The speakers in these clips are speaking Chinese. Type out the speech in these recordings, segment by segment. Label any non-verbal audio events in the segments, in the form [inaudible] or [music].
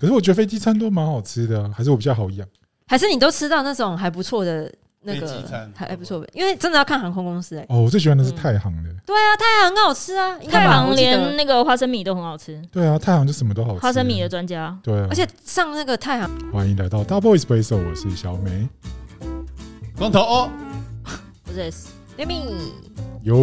可是我觉得飞机餐都蛮好吃的啊、还是我比较好养。还是你都吃到那种还不错的那飞机个餐，还还不错的，因为真的要看航空公司哎、欸，哦，我最喜欢的是嗯太行的，太行很好吃啊，应该太吧行我记得连那个花生米都很好吃，对啊，太行就什么都好吃。花生米的专家。对啊，而且上那个太行欢迎来到 Double Espresso，我是小美光头哦，不是 S， ，Amy 哟。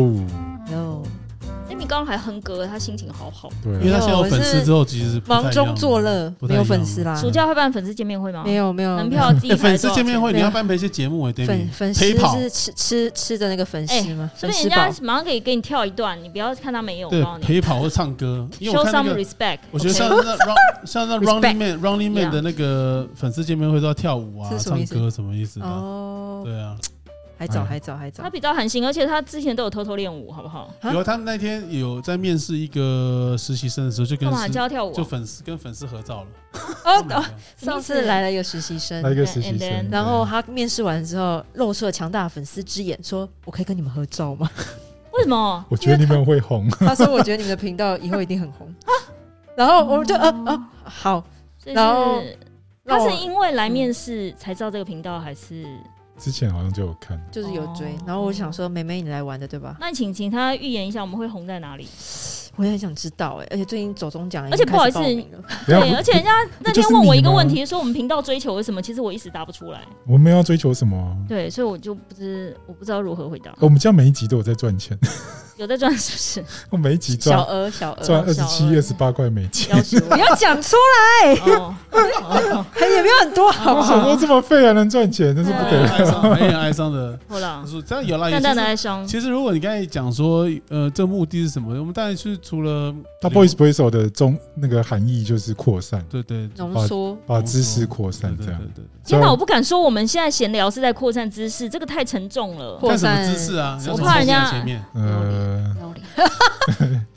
有哎那米刚还哼歌，他心情好好。对因为啊，他现在有粉丝之后，其实不太一样哎忙中作。乐，不太没一有样粉丝啦，暑假会办粉丝见面会吗？没有没有门票自己哎，排 [laughs] 粉丝多少见面会，钱你要办培些节目哎，对粉米，粉陪丝跑是吃吃吃的那个粉丝吗？是粉不是丝人宝家马上可以给你跳一段？你不要看他没有，我对告诉你。陪跑或唱歌，因为我 Show 看那 some 个， respect。我觉得像那 Run 像那 Running Respect Man Running Man Yeah 的那个粉丝见面会都要跳舞啊，是什么唱意思歌什么意思的？哦，对啊，还早哎还早还他早，比较寒心，而且他之前都有偷偷练舞，好不好？啊有他们那天有在面试一个实习生的时候，就跟干嘛实教他跳舞啊？就粉丝跟粉丝合照了。哦他们两哦，个上次来了一个实习生来。一个实习 And then- 生，啊然后他面试完之后，露出了强大的粉丝之眼，说：“我可以跟你们合照吗为什么？我觉得你们会红？” [laughs] 他说：“我觉得你们的频道以后一定很 [laughs] 红。”然后我就呃呃好，所以然后嗯是那他我是因为来面试才知道这个频道，还是？之前好像就有 [laughs] 看，就是有追哦。然后我想说，妹妹你来玩的对吧？那请请他预言一下我们会红在哪里？我也很想知道哎，而且最近走中奖已而且经不好开意始思报名了，等一对，下而且人家那就天是问我你一个吗问题，说我们频道追求的是什么，其实我一时答不出来。我们要追求什么啊？哦对，所以我就不知我不知道如何回答。我们这样每一集都有在赚钱， [laughs] 有在赚是不是？我每一集赚小额小额，赚二十呃小七、二十八块美金。要求 [laughs] 不要讲出 [laughs] 哦，哦来，也没有很多好不我好？想 [laughs] 说这么废还能赚钱，真是不对得了。哀 [laughs] 伤，有点哀伤的。好啦，这样有啦，淡淡的也哀伤其实。其实如果你刚才讲说，呃，这目的是什么？我们当然是除了啊 Double Espresso 的中那个含义就是扩散，对对，对浓缩把知识扩散这样对。对对天哪，我不敢说我们现在闲聊是在扩散知识，这个太沉重了。扩看什么散姿势啊？我怕人家前面呃，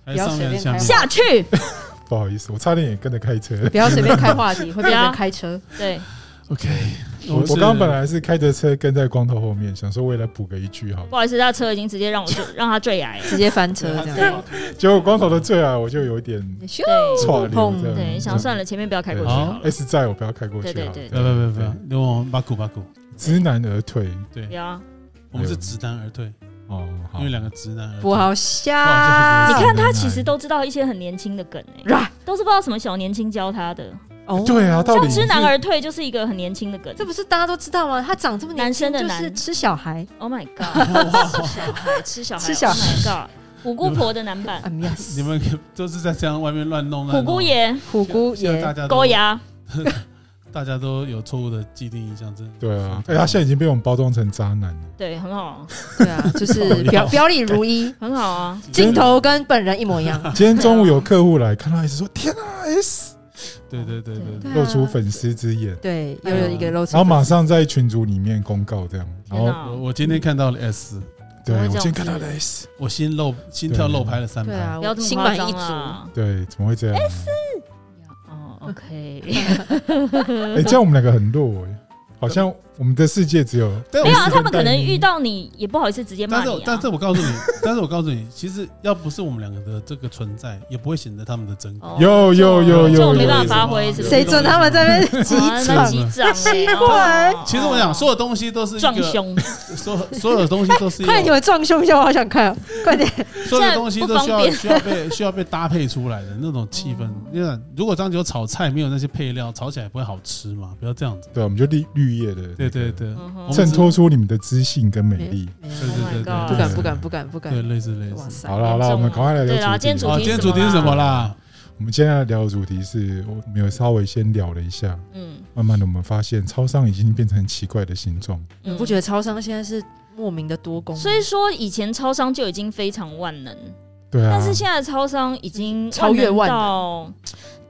还是上面还是下不要随便开面下去， [laughs] 不好意思，我差点也跟着开车。不要随便开话题，会变不要成开 [laughs] 车。对， OK，我我刚刚本来是开着车跟在光头后面，想说为了补个一句好了不，好意思，他车已经直接让我坠，让他坠崖了。直接翻车对他这啊自己样。有结果光头的最爱我就有一点咻对错流这样。对，想算了，前面不要开过去好了。 S 在我不要开过去好了。对对不要不要不要，那我们八股八股，知难而退对不，要，我们是直男而退，哦，好因为两个直男而退不好哇笑。你这个看他其实都知道一些很年轻的梗诶、 Right 都是不知道什么小年轻教他的。哦，对啊，道像理知难而退就是一个很年轻的梗。这不是大家都知道吗？他长这么年轻，男生的就男是吃小孩。 Oh my god！小孩吃小孩，吃小孩 Oh my god！虎姑婆的男版，嗯你，yes。们都是在这样外面乱弄乱弄虎啊姑爷虎姑现在大爷，家都勾，牙，大家都有错误的既定印象，真的。对啊，哎，他现在已经被我们包装成渣男 [laughs] 了。对，很好，对啊，哦就是不表要表里如 [laughs] 一，很好啊。镜头跟本人一模一样。今天中午有客户来看到 S 说：“天啊，S 对对对对，对啊露出粉丝之啊眼。”对，又有一个露出。哎然后马上在群组里面公告这样，然天后哪我！我今天看到了 S，对怎么我会这今天样看到子了 S，我心漏心跳漏拍了三对拍啊，不要我这么心夸满张啊意足。啦。对，怎么会这样？哦，OK，哎，这样我们两个很弱哎，好像我们的世界只有但没有啊， S 他们可跟戴能妮遇到你也不好意思直接骂但你是啊我。但是我告诉你， [laughs] 但是我告诉你，其实要不是我们两个的这个存在，也不会显得他们的珍贵。哦有有有这有我没办有，法发挥是不是谁准他们在 [laughs] 那边击啊那掌？击掌，醒过来 [laughs] 其实我想，所有东西都是一撞个，胸，所有所有东西都是 [laughs] 一快点，你个，们撞胸一下，我好想看哦，快点！所有东西都需要现在不方便哦需要被需要被搭配出来的那种气氛。你看，如果张九炒菜没有那些配料，炒起来不会好吃嘛？不要这样子。对，我们就绿绿叶的，对对，对，嗯哼我们衬只托出你们的知性跟美丽。没对有对对 Oh my 不对，对 God 敢，不敢，不敢，不对，敢！类似类哇似。塞，好了好了，我们赶快来聊对啦主题今天主好，吧。哦今天主题是什么啦？我们今天要聊的主题是我们有稍微先聊了一下，嗯，慢慢的我们发现超商已经变成很奇怪的形状。你嗯不觉得超商现在是莫名的多功？所以说，以前超商就已经非常万能，对啊但，是现在超商已 [laughs] 经超越万能到，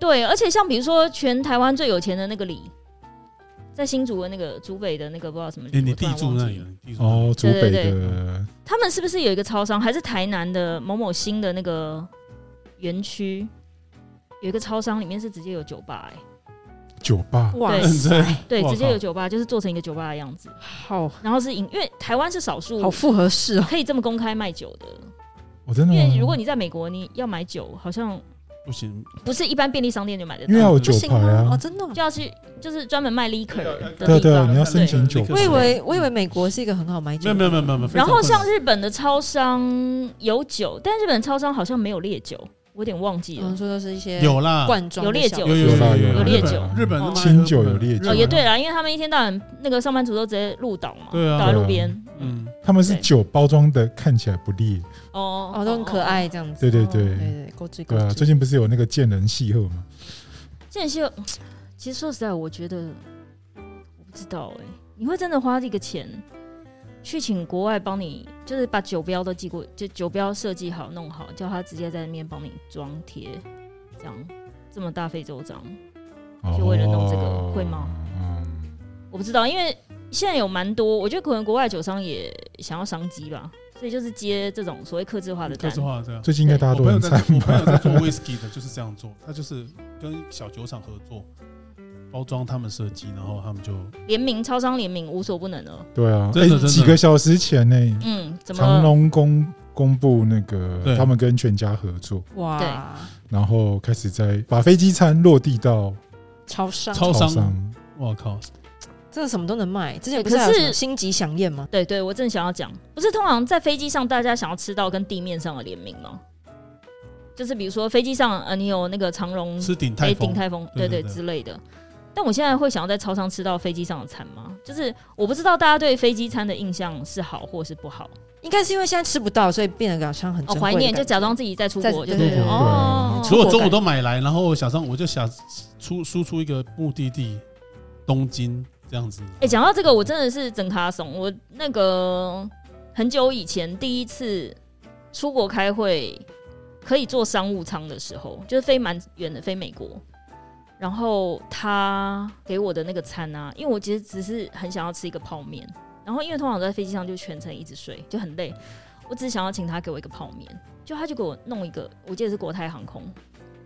对，而且像比如说全台湾最有钱的那个李，在新竹的那个竹北的那个不知道什么你李，哎你我突地然住忘那记里了了，地住那里哦，竹对对北对的他们是不是有一个超商，还是台南的某某新的那个园区？有一个超商里面是直接有酒吧、欸，酒吧，哇对塞，对，哇直接靠有酒吧，就是做成一个酒吧的样子。好然后是饮，因为台湾是少数好复合式哦。可以这么公开卖酒的，我真的因嗯吗为如果你在美国你要买酒，好像不行，不是一般便利商店就买得因为要到，有不酒行牌吗？哦，啊，真的哦、就要去就是专门卖 liquor 的地对方。啊对啊你要申请酒我以为我以为美国是一个很好买酒没的有没有没有没有，非常然后像困日本的超商有酒，但日本超商好像没有烈酒，我有点忘记我了们。哦说都是一些难有啊啦，罐装有的烈小酒有酒有啦有有啦烈酒日本啊哦清酒有烈酒哦，也对啦，因为他们一天到晚那个上班族都直接路倒嘛，对啊倒在路边。嗯，嗯，他们是对酒包装的，看起来不烈。哦哦，都很可。爱这样子。哦对对对对，对，够醉够对啊，醉最近不是有那个见人戏鹤吗？这些嗯其实说实在，我觉得我不知道哎、你会真的花这个钱去请国外帮你，就是把酒标都寄过，就酒标设计好弄好，叫他直接在那边帮你装贴，这样这么大费周章。就为了弄这个哦会吗？嗯，我不知道，因为现在有蛮多，我觉得可能国外酒商也想要商机吧，所以就是接这种所谓客制化的客单。制化这样。最近应该大我家都朋很友在惨我朋友在吧？做 whisky 的，就是这样做，他就是跟小酒厂合作，包装他们设计，然后他们就联名超商联名无所不能了。对啊，真的哎真的几个小时前呢，嗯，怎么长了？隆公公布那个对他们跟全家合作，哇，然后开始在把飞机餐落地到超商超超商商。我靠，真的什么都能卖。之前对不是还有可是什么星级响宴吗？对对，我正想要讲，不是通常在飞机上大家想要吃到跟地面上的联名吗？就是比如说飞机上，呃，你有那个长荣、吃鼎哎泰鼎丰，泰丰，对对对对对之类的。但我现在会想要在超商吃到飞机上的餐吗？就是我不知道大家对飞机餐的印象是好或是不好，应该是因为现在吃不到，所以变得好像很哦，珍怀贵的念感就觉假装自己在出在国，就对是对对哦，如出果国中午感都买来，然后想上我就想出输出一个目的地东京这样子。哎、讲到这个，我真的是整卡怂。我那个很久以前第一次出国开会，可以坐商务舱的时候，就是飞蛮远的，飞美国。然后他给我的那个餐啊，因为我其实只是很想要吃一个泡面，然后因为通常我在飞机上就全程一直睡，就很累。我只想要请他给我一个泡面，就他就给我弄一个，我记得是国泰航空，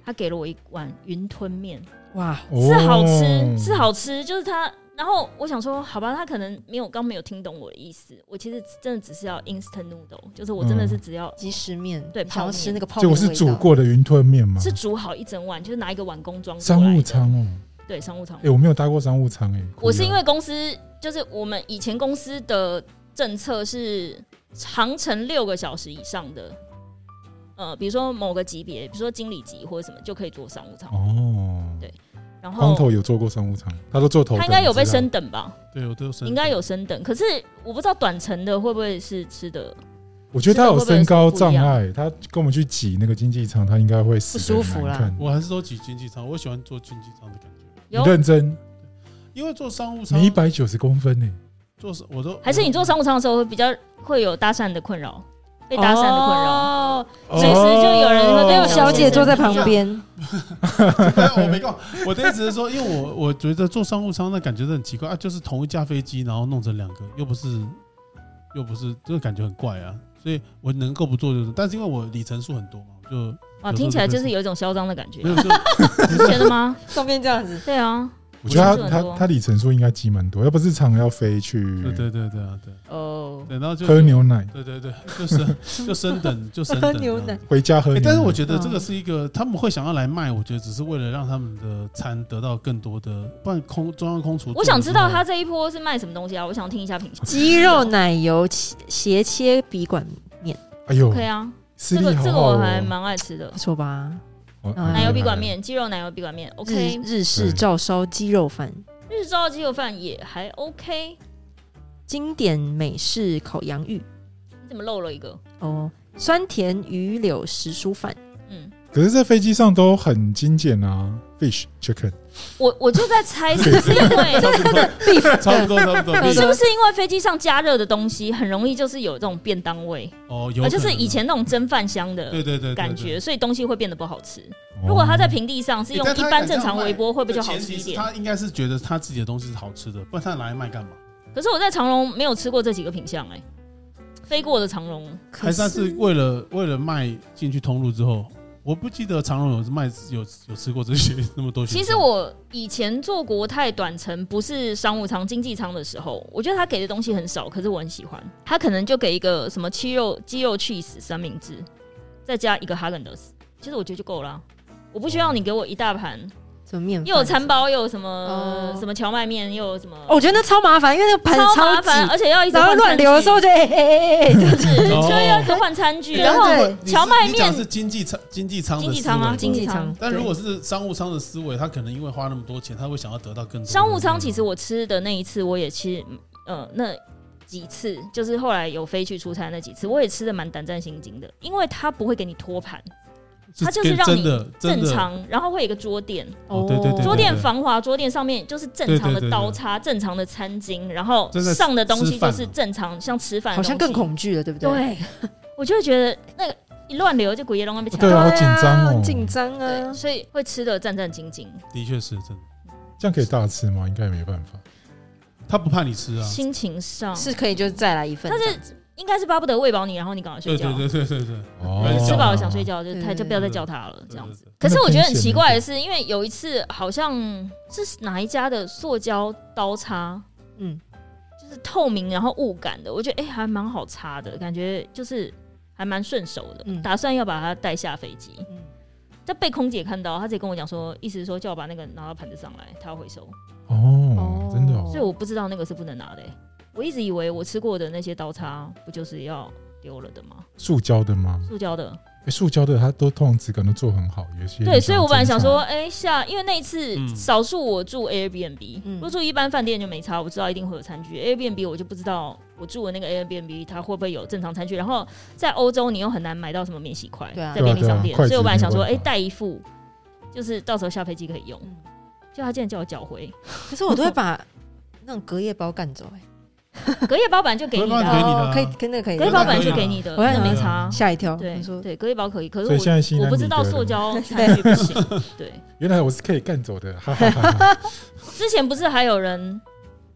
他给了我一碗云吞面，哇，是好哦吃，是好吃，就是它。然后我想说，好吧，他可能没有刚没有听懂我的意思。我其实真的只是要 instant noodle，就是我真的是只要、嗯即食面，对你想要泡面吃那个泡结面果的味道，是煮过的云吞面吗？是煮好一整碗，就是拿一个碗公装过来的商务，舱哦，对商务舱。哎，我没有搭过商务舱哎，我是哭了因为公司就是我们以前公司的政策是航程六个小时以上的，呃，比如说某个级别，比如说经理级或者什么，就可以坐商务舱。哦，对然光后头有做过商务舱，他都做头等，他应该有被你知道升等吧？对我都有升应该有升等，可是我不知道短程的会不会是吃的我觉得他有身高障碍，他跟我们去挤那个经济舱，他应该会死得不舒服啦很难看我还是都挤经济舱，我喜欢坐经济舱的感觉，有你认真，因为坐商务舱，你一百九十公分呢、坐我都还是你做商务舱的时候会比较会有搭讪的困扰，被搭讪的困扰。哦，随时就有人会没跟有我哦小姐坐在旁边， [laughs] 我没空。我的意思是说，因为我我觉得坐商务舱那感觉很奇怪啊，就是同一架飞机，然后弄成两个，又不是又不是，这个感觉很怪啊。所以我能够不坐就是，但是因为我里程数很多嘛，我 [laughs] 就哇，听起来就是有一种嚣张的感觉没，有就觉得吗？上边这样子， [laughs] 对啊，我觉得我觉得他很多他他里程数应该积蛮多，要不是常要飞去对对对对啊对哦，对，然后就喝牛奶，对对对，就 [laughs] 是就升等就升喝等牛这样奶子。回家喝欸牛奶。但是我觉得嗯这个是一个他们会想要来卖，我觉得只是为了让他们的餐得到更多的，不然空中央空厨做了之后。我想知道他这一波是卖什么东西啊？我想听一下评价。鸡肉奶油切斜切笔管面，哎呦，可以啊，视这个力好这个好我哦还蛮爱吃的不，错吧？哦嗯奶油笔管，面，鸡肉奶油笔管面日，OK，日式照烧鸡肉饭，日照鸡肉饭也还 OK。经典美式烤洋芋你怎么漏了一个？哦，酸甜鱼柳时蔬饭，嗯，可是，在飞机上都很精简啊，fish chicken，我我就在猜是不 [laughs] 是因为差不多差不多，对是不是因为飞机上加热的东西很容易就是有这种便当味，哦，有啊，可能就是以前那种蒸饭香对的对对感觉，。所以东西会变得不好吃。哦如果它在平地上是对对用欸但一他般敢这正样常卖微波，会不会就好前吃提一是点？他应该是觉得他自己的东西是好吃的，不然他拿来卖干嘛？可是我在长隆没有吃过这几个品相哎、飞过的长隆可还是他是为了为了卖进去通路之后，我不记得长荣有卖有有吃过这些那么多选项。其实我以前做国泰短程不是商务舱、经济舱的时候，我觉得他给的东西很少，可是我很喜欢。他可能就给一个什么鸡肉鸡肉 cheese 三明治，再加一个哈根达斯，其实我觉得就够了啊。我不需要你给我一大盘，哦什么面又有饭餐包，又有什么哦什么荞麦面，又有什么哦，我觉得那超麻烦，因为那个盘麻挤，烦，而且要一直然后换乱餐具流的时候就哎哎哎哎，这样子是，哦所以要一直换餐具，对然后对你是荞麦面你讲的是经济舱，经济舱的经济舱思维吗？吧经济舱。但如果是商务舱的思维，他可能因为花那么多钱，他会想要得到更多。商务舱其实我吃的那一次，我也吃，呃，那几次就是后来有飞去出差那几次，我也吃的蛮胆战心惊的，因为它不会给你托盘，它就是让真你的真正的常，然后会有一个桌垫，哦对对对桌对垫防滑，桌垫上面就是正对常对对的对刀叉、正常的餐巾，然后真的上的东西吃饭就啊是正常，像吃饭的好像东更西。恐惧了，对不对？对， [laughs] 我就会觉得那个一乱流就鬼夜龙那边对啊好啊紧张哦很紧张啊对，！所以会吃的战战兢兢，的确是真的，这样可以大吃吗？应该没办法。他不怕你吃啊。心情上是可以就是再来一份，但是应该是巴不得喂饱你，然后你赶快睡对觉。对对对对对，哦对，吃饱了想睡觉，就对他对就不要再叫他了，这样子。可对对是我觉得很奇怪真的的是，因为有一次好像是哪一家的塑胶刀叉，嗯，就是透明然后雾感的，我觉得哎、还蛮好擦的，感觉就是还蛮顺手的。嗯打算要把它带下飞机，嗯但被空姐看到，她直接跟我讲说，意思是说叫我把那个拿到盘子上来，她要回收。哦，真的哦，所以我不知道那个是不能拿的、欸我一直以为我吃过的那些刀叉不就是要丢了的吗？塑胶的吗？塑胶的。诶塑胶的它都通常质感都做很好，有些对，所以我本来想说，正哎、下，因为那一次嗯少数我住 Airbnb，、嗯如果住一般饭店就没差，我知道一定会有餐具。Airbnb 我就不知道我住的那个 Airbnb 它会不会有正常餐具。然后在欧洲你又很难买到什么免洗筷，对啊在便利商对店，啊对啊所以我本来想说，筷哎、子没办法带一副，就是到时候下飞机可以用。嗯就他竟然叫我缴回，可是我都会把那种隔夜包干走，哎，隔夜包本来就给你的隔夜包给你 [laughs] 啊，的哦啊可以，跟那个可以隔夜包包本来本来就就给给你你的的，我想没说差。吓一跳，对你说对，隔夜包可以，可常是所以现我在西我南不知米道德塑了吗，胶餐具不行。对，原来我是可以干走的，哈哈哈哈。之前不是还有人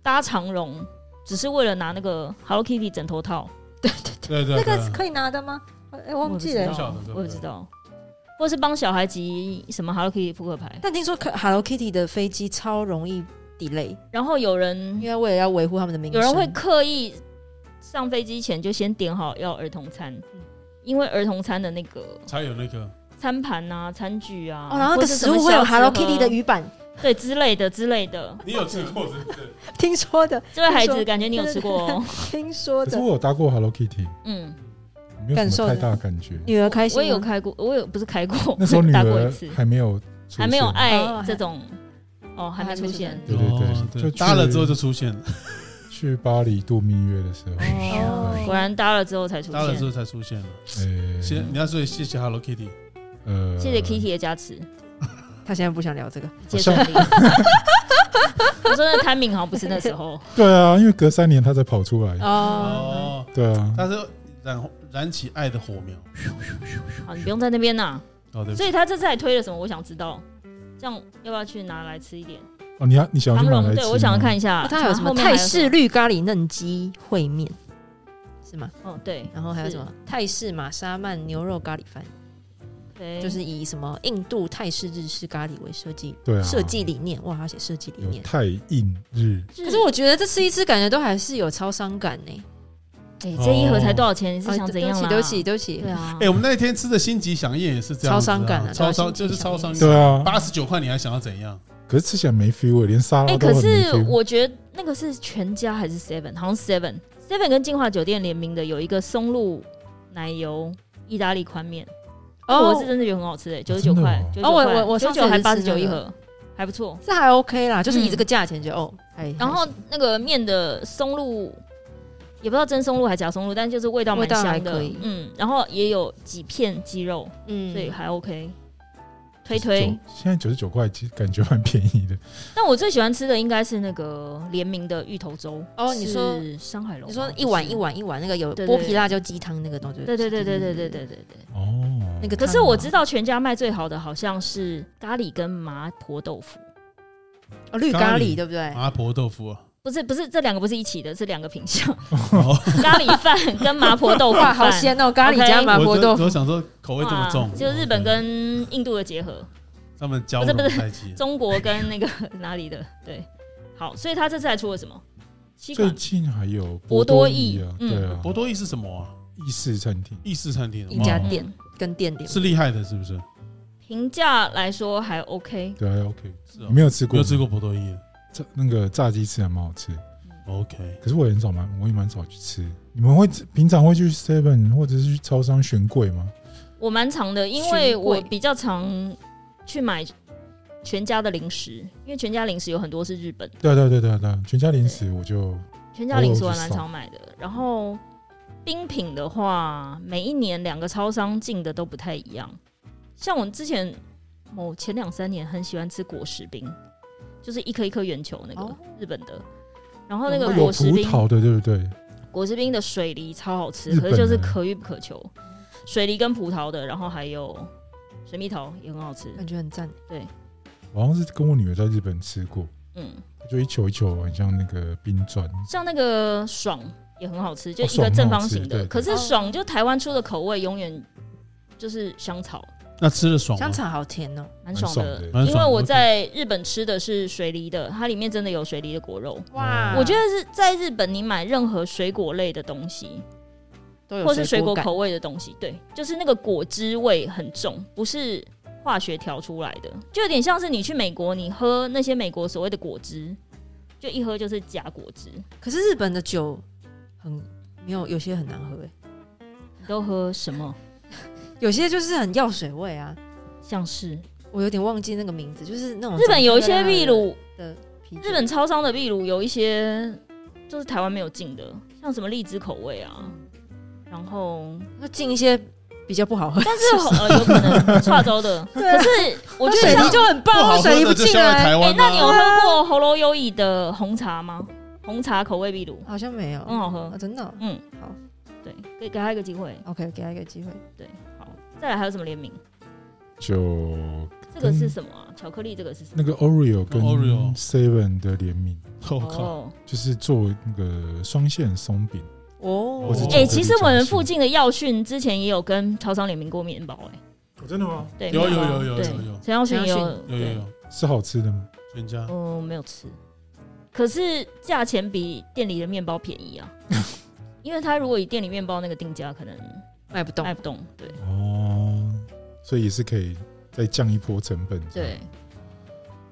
搭长绒，只是为了拿那个 Hello Kitty 枕头套，对对，那啊个是可以拿的吗？哎，我忘不记知了道不。晓得对不对我也不知道，或是帮小孩集什么 Hello Kitty 扑克牌。但听说可 Hello Kitty 的飞机超容易 delay，然后有因人为为了要维护他们的名嗯有声，人会刻意上飞机前就先点好要儿童餐嗯，因为儿童餐的那个才有那个餐盘啊、餐具啊，哦，然后那或个是什食么物会小有纸 Hello Kitty 盒的啊鱼板，对之类的之类的。你有吃过是不是？听说的，这位孩听子说感觉你有吃过、哦，听说可是的，我有搭过 Hello Kitty，嗯，没有感什受么的太大感觉。女儿开心啊吗，我也有开过，我有不是开过，那时候女打过一儿次，还没有出现还没有哦爱还这种，哦，还没出现。对对对哦就去搭了之后就出现了，去巴黎度蜜月的时候哎哦是，果然搭了之后才出搭了之现。后才出现了。呃先你要说谢谢 Hello Kitty，呃，谢谢 Kitty 的加持，她现在不想聊这个，谢谢你。 [laughs] 我说那 timing 好像不是那时候，对啊，因为隔三年他才跑出来，哦，哦，对啊，他是燃燃起爱的火苗。好，你不用在那边 [laughs] 呐。哦，对不所起，以他这次还推了什么？我想知道。这样要不要去拿来吃一点？哦，你要你想要长去买来荣，吃对我想要吗看一下哦，它还有什么后面还泰有式绿咖喱嫩鸡烩面是吗？什么？哦，对，然后还有什么泰式玛莎曼牛肉咖喱饭，对，就是以什么印度泰式日式咖喱为设计对啊，设计理念，哇，他写设计理有念。太印日，可是我觉得这吃一吃，感觉都还是有超伤感呢。哎，这一盒哦才多少钱？你是啊想怎对不样起，啦？对不起，对不起对，啊哎，，我们那天吃的星级响宴也是这样子啊，超伤感啊超对啊伤就是超星伤级对感。啊，八十九块你还想要怎样？可是吃起来没 feel，欸连沙拉哎、都可很没是 feel。我觉得那个是全家还是 Seven，好像 Seven Seven 跟金华酒店联名的有一个松露奶油意大利宽面，哦，哦，我是真的觉得很好吃哎、九十九块，真的九哦哦我我我九上次九也是还吃八十九那个一盒，还不错。这还 OK 啦，就是以嗯这个价钱就哦，嗯哎，然后那个面的松露。也不知道真松露还是假松露，但就是味道味蛮道还香的可以，嗯，然后也有几片鸡肉，嗯所以还 OK，推推九。现在九十九块，其实感觉蛮便宜的。但我最喜欢吃的应该是那个联名的芋头粥，哦你说是山海楼吗，你说一碗不一是碗一碗那个有对剥对皮辣椒鸡汤那个东西，对对对对对对对对对。哦，那个汤可吗。是我知道全家卖最好的好像是咖喱跟麻婆豆腐，哦绿咖咖喱喱对不对？麻婆豆腐啊，不是不是这两个不是一起的，是两个品相，哦 [laughs] 咖喱饭跟麻婆豆腐哇，饭。好鲜哦，咖喱 OK 加麻我婆就豆腐，我想说口味这么哇重，就日哦本跟印度的结合，他们交不是融不是在一起。中国跟那个 [laughs] 哪里的对。好，所以他这次还出了什么？七最款近还有博多多意啊，嗯对啊，博多意是什么啊？意式餐厅，意式餐厅，嗯一家哇店跟店点是厉害的，是不是？评价来说还 OK，对啊，OK，是哦没有吃过，没有吃过博多叶炸那个炸鸡翅还蛮好吃， ，OK，可是我也很少买，我也蛮少去吃。你们会平常会去 Seven 或者是去超商选柜吗？我蛮长的，因为我比较常去买全家的零食，因为全家零食有很多是日本，对啊对啊对啊对啊对啊，全家零食我就全家哦零食我还蛮常买的。然后冰品的话，每一年两个超商进的都不太一样。像我之前某前两三年很喜欢吃果实冰，就是一颗一颗圆球那个、哦日本的，然后那个有有果葡实冰萄的，对不对？果汁冰的水梨超好吃日，本可是就是的可遇不可求。水梨跟葡萄的，然后还有水蜜桃也很好吃。感觉很赞。我好像是跟我女儿在日本吃过，嗯，就一球一球，很像那个冰砖。像那个爽也很好吃，就哦一个爽正很好方形吃的。对可是对爽就台湾出的口味永远就是香草，那吃的爽吗香？肠好甜哦，蛮爽的。蛮爽的因为我在日本吃的是水梨的，它里面真的有水梨的果肉。哇我觉得是在日本，你买任何水果类的东西，都有或是水果感口味的东西，对，就是那个果汁味很重，不是化学调出来的，就有点像是你去美国，你喝那些美国所谓的果汁，就一喝就是假果汁，可是日本的酒很没有，有些很难喝哎，你都喝什么？有些就是很药水味啊，像是我有点忘记那个名字，就是那种日本有一些秘鲁，的啤酒日本超商的秘鲁有一些就是台湾没有进的，像什么荔枝口味啊，然后会进一些比较不好 [laughs] 喝，但是呃有可能跨州的，可是我觉得水像泥就很棒啊，水泥不进来，哎、湾那你有啊喝过喉咙优怡的红茶吗？红茶口味秘鲁好像没有，很好喝啊，，真的哦嗯，好，对，给给他一个机会， ，OK，给他一个机会，对，好，再来还有什么联名？就这个是什么啊？巧克力这个是什么？那个哦 Oreo 跟 Oreo Seven 的联名，我哦靠，就是做那个双线松饼。哦我是哎、觉得其实我们附近的药讯之前也有跟超商联名过面包、哎，哦真的吗？对，有面包有有有对有有陈耀迅也有，有有有，是好吃的吗？全家啊对，嗯，没有吃，可是价钱比店里的面包 [laughs] 便宜啊，因为他如果以店里面包那个定价，可能卖不动卖，不动，对哦，所以也是可以再降一波成本。对，，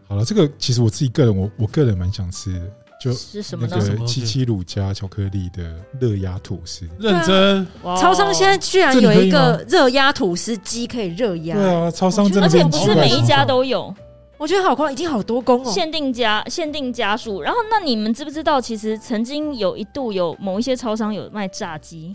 好了，这个其实我自己个人，我我个人蛮想吃的，就是什么那呢？个七七乳加巧克力的热压吐司。认真哇哦超商现在居然这里有可以一吗个热压吐司机可以热压，对啊，超商我觉真的得而且很不奇是怪每一家都有我觉得好快，已经好多工哦，限定加限定加数。然后，那你们知不知道，其实曾经有一度有某一些超商有卖炸鸡，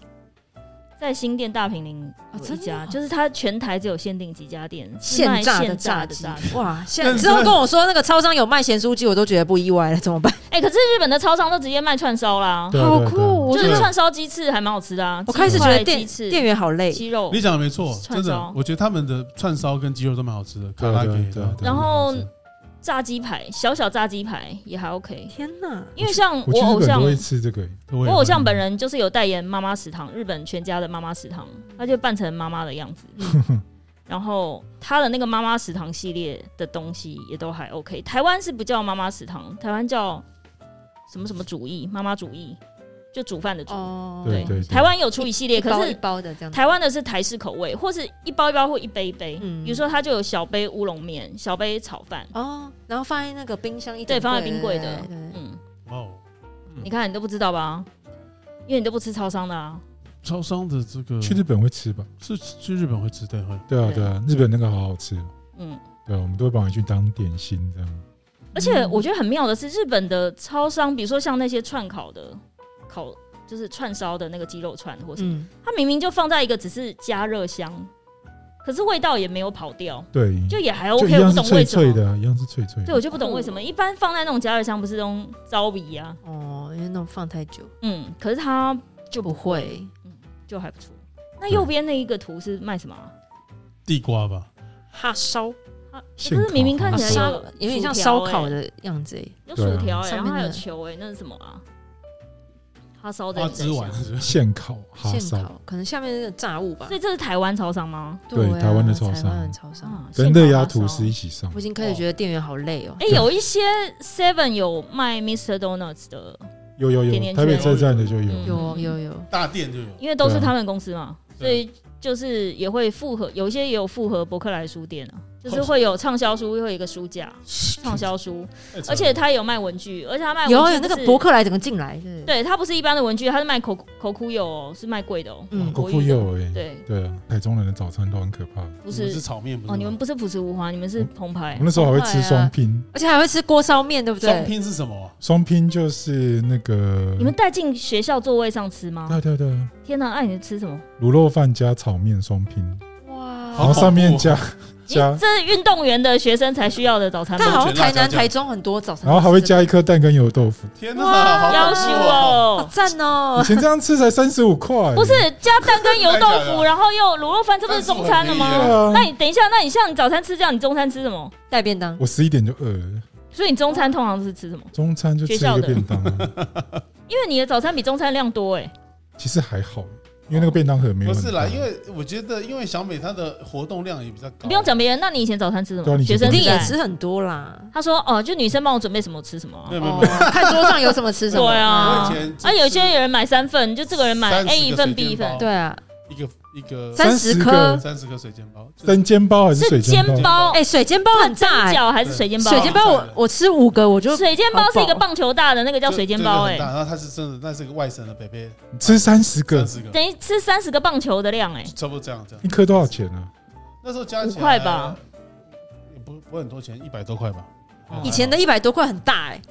在新店大平林哦有一真的家，哦就是它全台只有限定几家店是卖现炸的现炸鸡鸡。，哇！现但在是之后跟我说那个超商有卖咸酥鸡，我都觉得不意外了，怎么办？哎、可是日本的超商都直接卖串烧啦，对啊好对啊酷哦对啊我就觉是得串烧鸡翅还蛮好吃的啊。我开始鸡觉块得店鸡翅、店员好累，鸡肉你，讲的没错，串烧真的，我觉得他们的串烧跟鸡肉都蛮好吃的，卡对拉啊给对啊的对啊，对啊然后蛮好吃炸鸡排，小小炸鸡排也还 OK。天哪！因为像啊我去我偶日本像都，会吃这个，我我偶像本人就是有代言妈妈食堂，日本全家的妈妈食堂，他就扮成妈妈的样子。嗯 [laughs] 然后他的那个妈妈食堂系列的东西也都还 OK。台湾是不叫妈妈食堂，台湾叫什么什么主义，妈妈主义，就煮饭的煮。哦对对对台湾有出一系列，一可包一是包的这样子，台湾的是台式口味，或是一包一包或一杯一杯。嗯比如说，它就有小杯乌龙面、小杯炒饭。哦，然后放在那个冰箱一整对放在冰柜的对对对对嗯，哦，嗯你看你都不知道吧？因为你都不吃超商的啊。超商的这个去日本会吃吧？是去日本会吃对会，对啊对对啊，日本那个好好吃，嗯，对啊，我们都会把回去当点心这样。而且我觉得很妙的是，日本的超商，比如说像那些串烤的烤，就是串烧的那个鸡肉串或什么，嗯，它明明就放在一个只是加热箱，可是味道也没有跑掉，对，就也还就 OK，一样我不是懂脆为什脆么。的啊，一样是脆脆对，的我。就不懂为什么一般放在那种加热箱不是那种糟鼻啊，哦，因为那种放太久嗯，可是它就不会。就还不错。那右边那一个图是卖什么啊、地瓜吧，哈烧，啊？欸现可是明明烤看好起像来是烧有啊有点像薯条烧烤欸，的样子诶。有对薯啊条欸，上然后面还有的球哎，那是什么啊？哈烧在花枝丸想是不是？现烤哈现烧，烤可能下面那个炸物吧所以。欸这是台湾超商吗？对啊台湾的超商台湾的超商，啊，跟现烤热压哈吐烧司一起上我已。经开始觉得店员好累哦。哎、有一些 Seven 有卖 Mr. Donuts 的，有有甜有，甜圈台北车站的就有嗯。有有有，大店就有，因为都是对啊他们公司嘛，所以就是也会复合，有一些也有复合伯克莱书店啊，就是会有畅销书，会有一个书架，畅销书，哎而且他也有卖文具，而且他卖文具有啊不有是那个博客来整个进来，对对，他不是一般的文具，他是卖口口哭油哦，是卖贵的哦。嗯狗哭有哎，对，对啊，台中人的早餐都很可怕。不你们是是炒面，不是哦，吗你们不是朴实无华，你们是澎我湃们。那时候还会吃啊双拼，而且还会吃锅烧面，对不双对？拼是什么啊？双拼就是那个你们带进学校座位上吃吗？对啊对对，天哪，哎，你吃什么？卤肉饭加炒面双拼，然好哇，后上面恐怖哦加啊你加，这是运动员的学生才需要的早餐但吧？好像台辣椒南、酱台中很多早餐，然后还会加一颗蛋跟油豆腐。天哪，哇好恐怖要修！好哦，赞以嗯哦！前这样吃才三十五块，不是加蛋跟油豆太假腐，了然后又卤肉饭，这不是中但餐了是对我吗很？啊那，你等一下，那你像你早餐吃这样，你中餐吃什么？带便当，我十一点就饿了，所以你中餐通常是吃什么？中餐就吃一个便当 [laughs] 啊，因为你的早餐比中餐量多哎。其实还好，因为那个便当盒没有不很是啦，大因为我觉得，因为小美她的活动量也比较高，你不用讲别人，那你以前早餐吃什对啊么？你以前学一生定时也代。吃很多啦。他说：“哦，就女生帮我准备什么吃什么啊、没有没有哦没有，，看桌上有什么吃什么。嗯对啊我以前只啊，有些吃人买三份，就这个人买30 A 一份个 B 一份水煎，对啊，一个一个三30个十颗。三十个水煎包，就是生煎包还是水煎包？包，哎，水煎包很蒸大哎，饺还是水煎包？啊水煎包我我吃五个我就水煎包是一个好饱啊棒球大的那个叫水煎包、就就很大哎，然后他是真的，那是个外省的北北，你吃三十个三，十个，等于吃三十个棒球的量、哎，差不多这样这样一。颗多少钱啊？那时候加起来五块吧，也不不会很多钱，一百多块吧。哦以前的一百多块很大哎。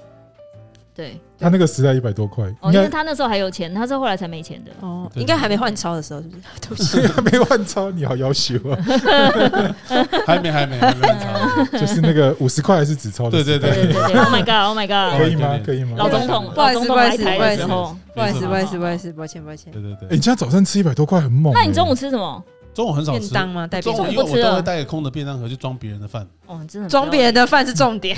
对，他那个时代一百多块，哦，应因为该他那时候还有钱，他是后来才没钱的。哦，对应该还没换钞的时候是不是？对不 [laughs] 起，没换超，你好要求 [laughs] 啊！还没还没还没差，就是那个五十块还是纸钞的时代？对对对对，Oh my God，Oh my 可 [laughs] God，以吗？对对对可以吗？老总统不好老意思总统来台的时不候好，不好意思，没事不好意思，不好意思，抱歉，抱歉。对对哎，对。你家早上吃一百多块很猛欸。那你中午吃什么？中午很少便吃，当吗？带便中午当因为不吃我了都会带个空的便当盒去装别人的饭，哦，真的装别人的饭是重点，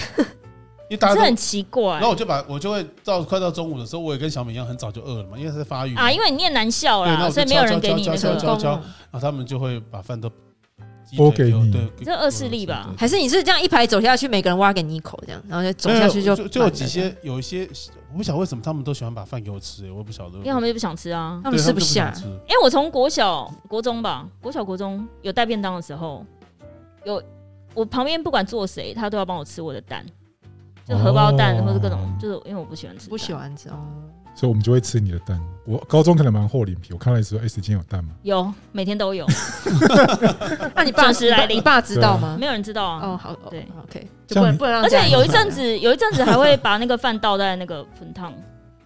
因为大这家很都。奇怪然后我就把我就会到快到中午的时候，我也跟小美一样很早就饿了嘛，因为她在发育嘛啊，因为你念男校对那啦，我所以就没有敲人敲给你敲那敲个敲。交交公然后他们就会把饭都鸡拨腿给你对，给这恶势力吧还是你是这样一排走下去，每个人挖给你一口，这样，然后就走没有下去就就就有几些有一些，我不晓得为什么他们都喜欢把饭给我吃，哎我也不晓得，因为他们就不想吃啊。他对们他吃们不就下想，吃因为哎我从国小、国中吧，国小、国中有带便当的时候，有我旁边不管坐谁，他都要帮我吃我的蛋，就荷包蛋哦或者各种，就是因为我不喜欢吃，不喜。欢吃哦。所以我们就会吃你的蛋。我高中可能蛮厚脸皮，我看到你说，哎，谁今天有蛋吗？有每天都有， [laughs] 那你爸准时来临你爸知道吗？没有人知道啊。哦，好，哦对，OK，这就样不能你不能让而家人且知道。有一阵子，有一阵子还会把那个饭倒在那个盆汤，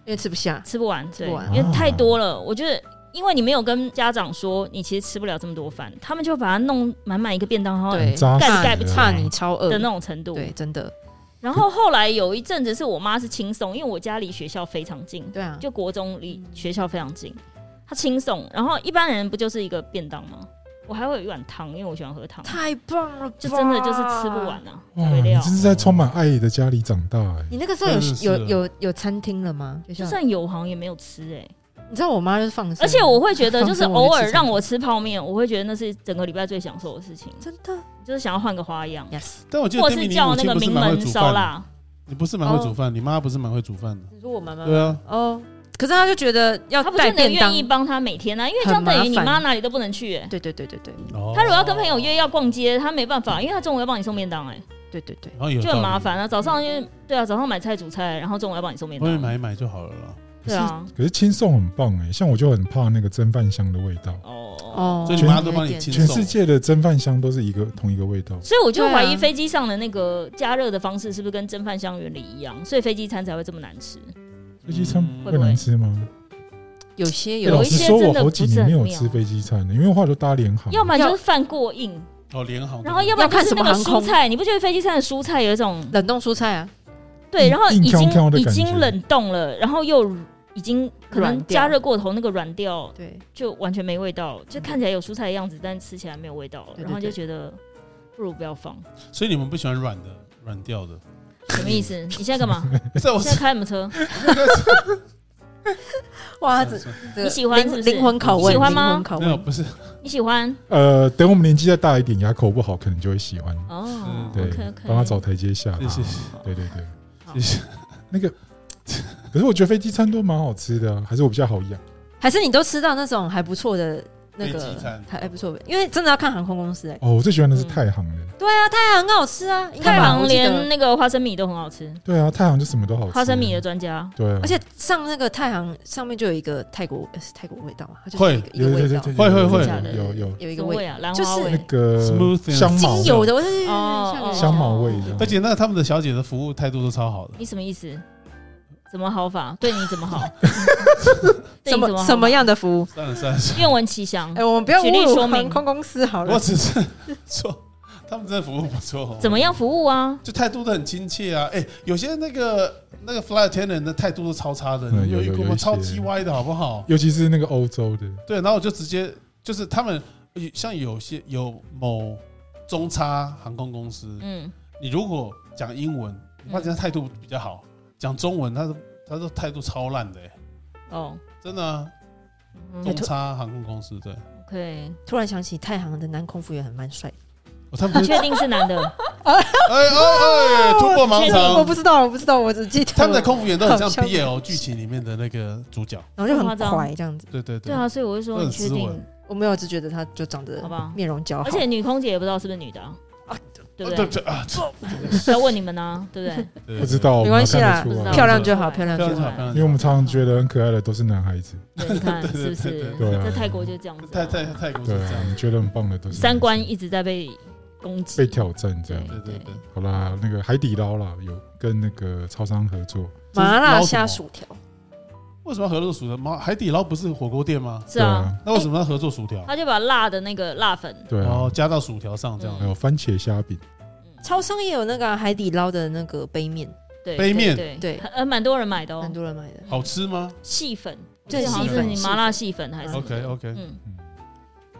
因为吃不下，吃不完，吃对，不完因为太多了。我觉得，因为你没有跟家长说你其实吃不了这么多饭，他们就把它弄满满一个便当，然后对，扎盖怕盖不你起怕来你超饿哦的那种程度。对，真的，然后后来有一阵子是我妈是轻松，因为我家离学校非常近，对啊，就国中离学校非常近，她轻松。然后一般人不就是一个便当吗？我还会有一碗汤，因为我喜欢喝汤，太棒了吧，就真的就是吃不完啊，哇，没你料真。是在充满爱的家里长大哎。你那个时候有真的是有有有餐厅了吗？学校就算有好像也没有吃哎、你知道我妈就是放生，而且我会觉得，就是 [laughs] 放生我去偶尔吃让我吃泡面，我会觉得那是整个礼拜最享受的事情，真的就是想要换个花样， yes，但我记得或天是明你叫母那亲个不是名蛮会煮门烧饭的，腊。哦你不是蛮会煮饭，你妈不是蛮会煮饭的，你说我妈嗯妈对啊，哦，可是她就觉得要他不带见得便当愿，意帮他每天啊，因为这很样等于你麻烦妈哪里都不能去哎、对对对对对哦他如果要跟朋友，约要逛街，他没办法，因为他中午要帮你送便当、哎，对对对，然后有就很道理麻，烦啊。早上因为对啊，早上买菜煮菜，然后中午要帮你送便外面当，买一买就好了啦。对啊，可是轻送很棒哎，像我就很怕那个蒸饭香的味道。哦。哦，所以你妈都帮你清全世界的蒸饭香都是一个同一个味道，所以我就对啊怀疑飞机上的那个加热的方式是不是跟蒸饭香原理一样，所以飞机餐才会这么难吃。哦飞机餐嗯会难吃吗？有些欸有老一实些说，真我的好不几是年很没有妙吃飞机餐欸了，因为后来都搭联航。要么就要是饭过硬，哦，联航，然后要不要然看就是那个什么航蔬空菜，你不觉得飞机餐的蔬菜有一种冷冻蔬菜啊，对，硬然后已硬经挑挑的已感觉经冷冻了，然后又已经可能软掉加热过头，那个软掉对，就完全没味道，就看起来有蔬菜的样子，但吃起来没有味道了，嗯对对然后就觉得不如不要放。所以你们不喜欢软的、软掉的，什么 [laughs] 意思？你现在干嘛？在我现在开什么车？哇，这没这你喜欢是不是灵灵魂拷你问，喜欢吗灵魂拷有问，不是，你喜欢？呃，等我们年纪再大一点，牙口不好，可能就会喜欢。哦，对 OK，OK，帮他找台阶下。谢谢谢对对对，谢 [laughs] 谢。那个，可是我觉得飞机餐都蛮好吃的啊，还是我比较好养。还是你都吃到那种还不错的那飞个机餐还还不错，因为真的要看航空公司哎、哦，我最喜欢的是太行的。对啊，太行很好吃啊，应该太吧行我记得连那个花生米都很好吃，对啊，太行就什么都好吃。花生米的专家，对啊，而且上那个太行上面就有一个泰国呃是泰国味道嘛，它就是一个一有个有有味有道，有会会有会假的有有有一什个么味味啊？兰花就是那味，个 Smooth and 香茅精油的，我是哦哦哦香茅味这样，而且那个他们的小姐的服务态度都超好的，你什么意思？怎么好法？对你怎 [laughs] 么好？对什你怎么么什么样？样的服务？算了算了，算愿闻其详哎、。我们不要举例侮辱说明航空公司好了我了。只是 [laughs] 说他们真的服务不错，哦怎么样？服务啊？就态度都很亲切啊！哎、有些那个那个 flight attendant 的态度都超差的，嗯你有有遇有过有吗？一超些鸡歪的好不好？尤其是那个欧洲的，对，然后我就直接就是他们像有些有某中差航空公司，嗯，你如果讲英文，你发现他态度比较好；讲中文，他他的态度超烂的、欸，哦，真的、啊。嗯中差航空公司对， [laughs] ，OK，突然想起太行的男空服员很蛮帅的，哦、他们不你是确定是 [laughs] 男的？哎哎哎，突破盲确定我肠。不知道，我不知道，我只记得他们的，空服员都很像好像 BL 剧情里面的那个主角，然后就这么很夸张快这样子。对对对对，啊，所以我就说都你很确斯文定，我没有，只觉得他就长得好吧面容姣好，哦而且女空姐也不知道是不是女的啊，啊对不对对？对啊，要问你们啊，[laughs] 对不对？对不知，道没关系啦我们看得不出知漂来道亮就好，漂亮对就非好常。好，非常因为好我们常常觉得很可爱的都是男孩子，对，你看 [laughs] 对是不对对是？对对在泰国就这样子泰啊，泰泰国是对这啊，样你，觉得很棒的都是男生三观一直在被攻击被，挑战这样。对对对，好啦，那个海底捞啦，有跟那个超商合作，麻辣虾薯条，为什么要合作薯条？妈，海底捞不是火锅店吗？是啊，那为什么要合作薯条？他就把辣的那个辣粉，对然啊后，加到薯条上这样还，有番茄虾饼，嗯超商也有那个啊海底捞的那个杯面，对杯面对，对很呃蛮多人买的哦很，多人买的。好吃吗细粉，对我记得好像细是粉你细麻辣细粉还是什么？OK 的 OK，嗯，嗯，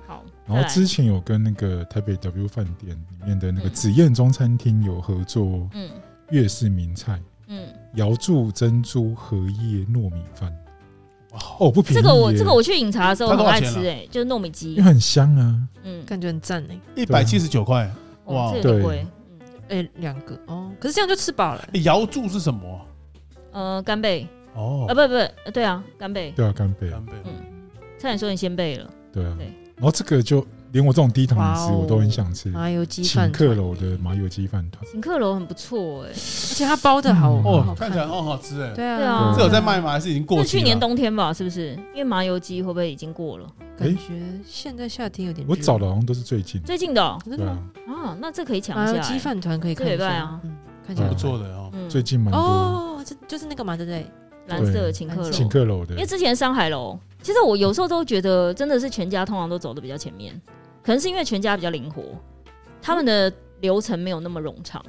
好，然后再来之前有跟那个台北 W 饭店里面的那个嗯紫燕中餐厅有合作嗯粤式名菜嗯，瑶柱珍珠荷叶糯米饭，哇，哦，不便宜这耶，个我这个我去饮茶的时候它很多少爱钱啊吃，哎，就是糯 [laughs] 米因鸡为，很香啊，嗯，哦感觉很赞哎、一百七十九块。哇哇，这有点对贵，哎、两个哦，可是这样就吃饱了。哎瑶柱是什么？嗯呃，干贝哦啊，，不不，呃对啊，干贝，对啊，干贝，干贝差点说你先贝了，对啊嗯对，然后这个就连我这种低糖饮哇食哦我都很想吃，麻油鸡嗯请饭，客楼的麻油鸡饭团，请客楼很不错哎，而且它包的好、嗯哦好，看起来很好吃哎。对啊，对啊这有在卖吗？还是已经过是期了？去年冬天吧，是不是？因为麻油鸡会不会已经过了？感觉现在夏天有点热我找的好像都是最近的，最近的哦真的对吗？啊，啊，那这可以抢麻一油下鸡欸，饭团可以看这一礼下拜啊嗯，看起挺来不错的哦。嗯，最近蛮多哦，这就是那个嘛，对不对？蓝色的请客对楼，请客楼的因为，之前上海楼，其实我有时候都觉得，真的是全家通常都走的比较前面，可能是因为全家比较灵活，他们的流程没有那么冗长。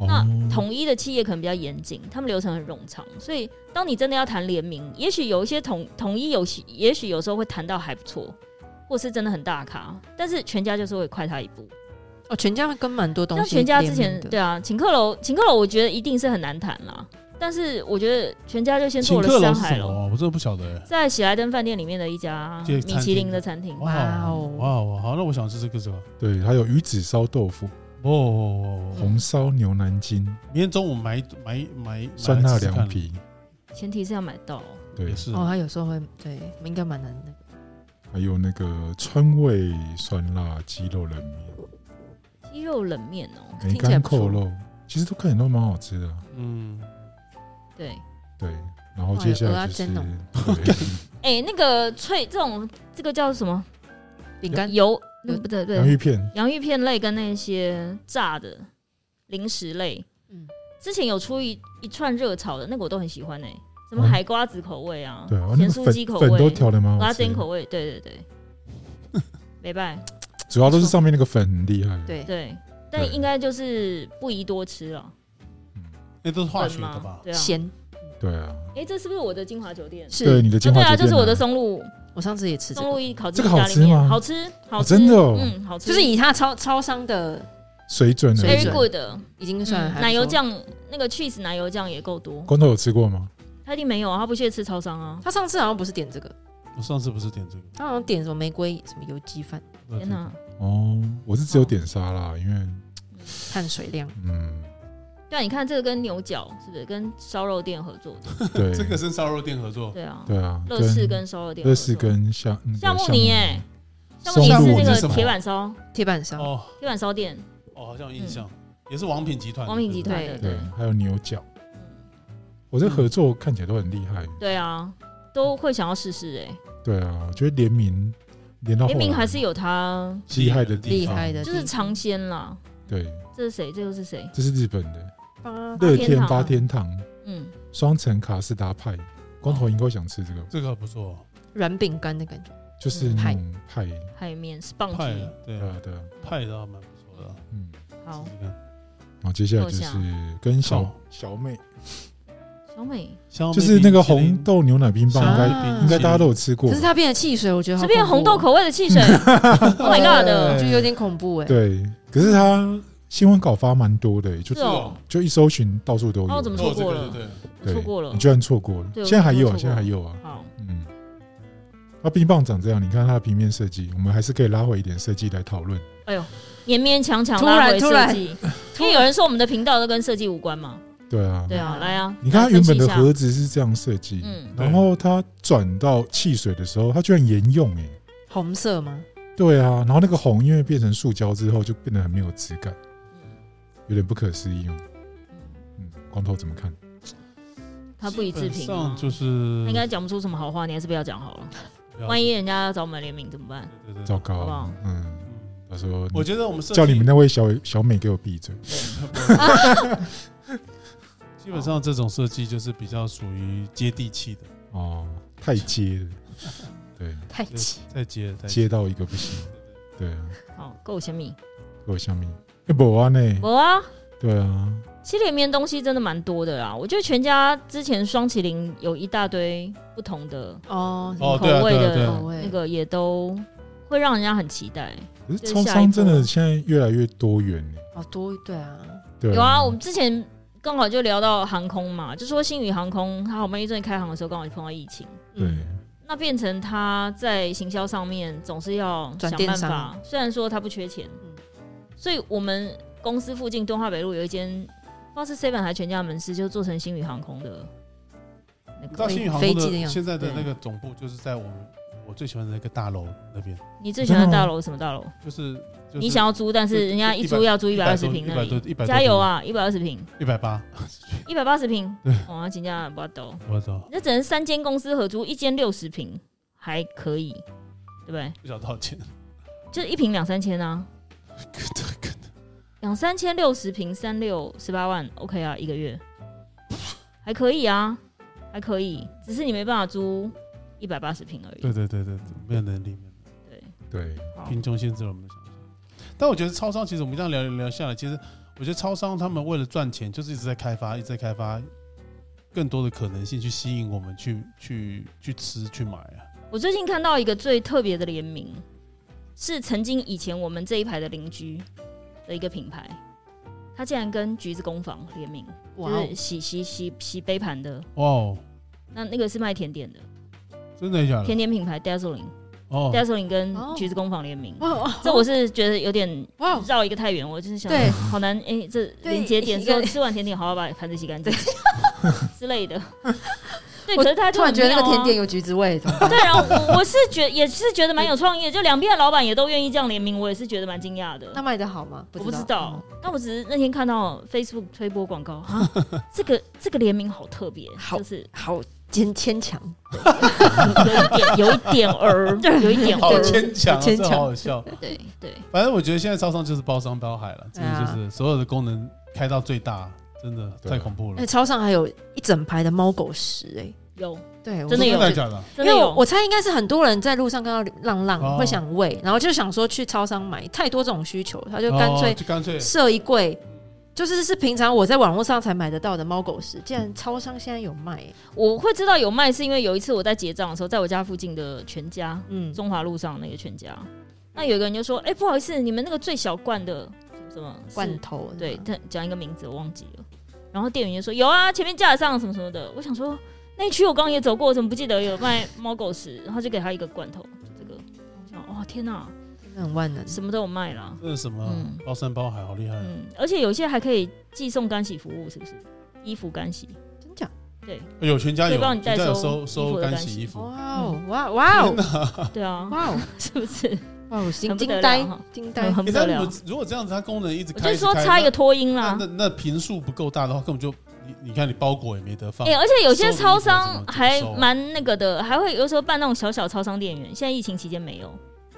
那哦，统一的企业可能比较严谨，他们流程很冗长，所以当你真的要谈联名，也许有一些统统一有些，也许有时候会谈到还不错，或是真的很大咖，但是全家就是会快他一步。哦，全家跟蛮多东像西全联名的，家之前对啊，请客楼，请客楼我觉得一定是很难谈啦，但是我觉得全家就先请做客了楼山是海什么楼。啊？我真的不晓得哎。在喜来登饭店里面的一家这米餐其林厅的餐厅，哇哦哇哦，好，那我想吃这个是吧？对，还有鱼子烧豆腐、哦哦，哦嗯哦红烧牛腩筋、明天中午买买买酸辣凉，买来吃吃看皮，前提是要买到。对也，是哦，他有时候会对，应该蛮难的。还有那个川味酸辣鸡肉冷面、鸡肉冷面哦，梅听起来干不错扣肉，其实都看起来都蛮好吃的啊，嗯，对，对。然哦后接下来就是哇有鹅对哎、那个脆这种这个叫什么饼干油？嗯有不 [laughs] 对，洋对，芋片，洋芋片类跟那些炸的零食类，嗯之前有出一一串热炒的，那个我都很喜欢哎、什么嗯海瓜子口味啊，对啊，那咸个酥粉鸡口粉都味，调的蛮好拉吃煎口的，味，对对对， [laughs] 没办主要都是上面那个粉很厉害，对，对，但对应该就是不宜多吃了，那都是化学粉的嘛吧？对啊，咸对啊，哎、这是不是我的金华酒店？对是，你的啊精华对酒啊，店就是我的啊松露我上次也吃这个，松露意烤这鸡个意大好利吃面吗好吃，好吃，真的哦嗯，好吃，就是以它超超商的水准而已水 very 准 good 已经算嗯还不错奶油，酱那个 cheese 奶油酱也够多，光头有吃过吗？他一定没有啊，他不屑吃超商啊，他上次好像不是点这个，我上次不是点这个？他好像点什么玫瑰什么油鸡饭，对天哪，哦，我是只有点沙拉，因为碳水量 [laughs] 嗯，对啊，你看这个跟牛角是不是跟烧肉店合作的？对，这个是烧肉店合作，对啊，对啊，乐事跟烧肉店合作，乐事跟夏那个夏慕尼哎，像我们松是露那是个什么铁板烧，铁板烧、哦铁板烧店，哦，好像有印象，也是王品集团的，嗯王品集团对的，对对，还有牛角，我这合作看起来都很厉害。对啊，都会想要试试哎。对啊，我觉得联名联到后明明来还是有他，不对厉害的地厉害的地就方，是尝鲜啦。对，这是谁？这又是谁？这是日本的八乐天堂啊八天堂嗯，双层卡士达派，光头应该会想吃这个，这个不错，软饼干的感觉，就是那种派，海绵 sponge 派对对啊对啊，派的还蛮不错的，嗯。好试，试看然后接下来就坐是下跟小好小妹，小美，香就是那个红豆牛奶冰棒，应该啊应该大家都有吃过可。是它变成汽水，我觉得好这边恐红怖哦豆口味的汽水，Oh my god 就的，有点恐怖哎、对，可是它新闻稿发蛮多的，就是哦，就一搜寻到处都那我怎有么。错错过了？对对我错过了你。居然错过了，对现在我还有啊，错过了现在还有啊，好，嗯。那冰棒长这样，你看它的平面设计，我们还是可以拉回一点设计来讨论。哎呦，勉勉强强突拉然回突设然计，因为有人说我们的频道都跟设计无关嘛。对啊，对啊，嗯来啊，你看它来原分本析的一下盒子是这样设计，嗯然后它转到汽水的时候，它居然沿用哎、红色吗？对啊，然后那个红因为变成塑胶之后，就变得很没有质感，嗯有点不可思议哦。嗯，光头怎么看？他不予置评啊上，就是他应该讲不出什么好话，你还是不要讲好了。不要啊万一人家要找我们联名怎么办？对对对糟好不糕好，嗯，嗯他说我觉得我们设计叫你们那位小小美给我闭嘴。基本上这种设计就是比较属于接地气的，哦，太接了，对，太对气，再接再接到一个不行，对啊，好，够前面。给我下面哎，不啊呢，我啊，对啊，七里面东西真的蛮多的啊啦。我觉得全家之前双麒麟有一大堆不同的哦哦，口对啊味对啊对的啊口，味那个，也都会让人家很期待。可是就是超下一商步真的现在越来越多元呢，哦多对啊，对有啊，我们之前刚好就聊到航空嘛，就说星宇航空它好不容易正开航的时候，刚好就碰到疫情，对嗯，那变成它在行销上面总是要转想电办商法。虽然说它不缺钱嗯，所以我们公司附近敦化北路有一间，不知道是 Seven 还是全家门市，就做成星宇航空的那你知个。道新宇航飞空机的的样子现在的那个总部就是在我们我最喜欢的那个大楼那边，你最喜欢的真的吗大楼什么大楼？就是就是你想要租，但就是人家就一100租要租一百二十多平一那百多里，一百多加油啊，一百二十平， [laughs] 一百八，一百八十平，哇，请假不要抖。我操，那只能三间公司合租，一间六十平还可以，对不对？不晓得多少 [laughs] 钱，就是一平两三千啊，两三千六十平三六十八万，OK 啊，一个月还可以啊，还可以，只是你没办法租一百八十平而已。对对对对，对没有能力，没有能对，对，好力贫穷限制了我们的想象。但我觉得超商其实我们这样聊聊下来，其实我觉得超商他们为了赚钱，就是一直在开发，一直在开发更多的可能性去吸引我们去去去吃去买啊。我最近看到一个最特别的联名，是曾经以前我们这一排的邻居的一个品牌，它竟然跟橘子工坊联名，哇就哦是洗洗洗洗杯盘的，哇哦，那那个是卖甜点的。真的假的甜？点品牌 Dazzling，Dazzling 哦，跟哦橘子工坊联名。哇哦这我是觉得有点哇哦绕一个太远，我就是想对好难哎、这对临节点之后一个吃完甜点，好好把盘子 [laughs] 洗干净之类的。对，我可是他突然觉得那个甜点有。有橘子味，怎么啊对，然后我我是觉也是觉得蛮有创意的，就两边的老板也都愿意这样联名，我也是觉得蛮惊讶的。那卖的好吗？我不知道，嗯但我只是那天看到 Facebook 推 [laughs] 播广告，哈，这个这个联名好特别，好就是嗯好坚牵 [laughs] 强，有一点儿， [laughs] 有一点好儿，牵强啊，牵这强好好笑。对对。反正我觉得现在招商就是包山包海了，真啊的就对是所有的功能开到最大，真的对啊太恐怖哎、了。超商还有一整排的猫狗食哎、有，对，我真的有真的假的？真因的为有我。我猜应该是很多人在路上看到浪哦浪会想喂，然后就想说去超商买，太多这种需求，他就干哦脆就干嗯脆设一柜，就是是平常我在网络上才买得到的猫狗食，竟然超商现在有卖、欸我会知道有卖，是因为有一次我在结账的时候，在我家附近的全家，嗯，中华路上那个全家，那有一个人就说：“哎、不好意思，你们那个最小罐的什么什么是罐嗯头啊对，是吗他讲一个名字我忘记了。”然后店员就说：“有啊，前面架上什么什么的。”我想说，那区我刚刚也走过，我怎么不记得有卖猫狗食？然后就给他一个罐头，这个。我想，哇、天哪、真的很万能，什么都有卖啦。这是什么嗯包山包海，好厉害！嗯，而且有些还可以寄送干洗服务，是不是？衣服 [laughs] 干洗，真假？有全家可以有，帮你全代家有收收衣收服的嗯干干洗洗衣服，哇哦哇哇哦对啊， [laughs] 哇哦，是不是？哇，我心很不惊得了呆哈，惊呆 [laughs] 很。很不得但了我。如果这样子，它功能一直我开，就是说一直开差一个拖音那啦那，那频数不够大的话，根本就你你看你包裹也没得放哎、，而且有收些的超衣服要怎商么还啊收蛮那个的，还会有时候办那种小小超商店员。现在疫情期间没有，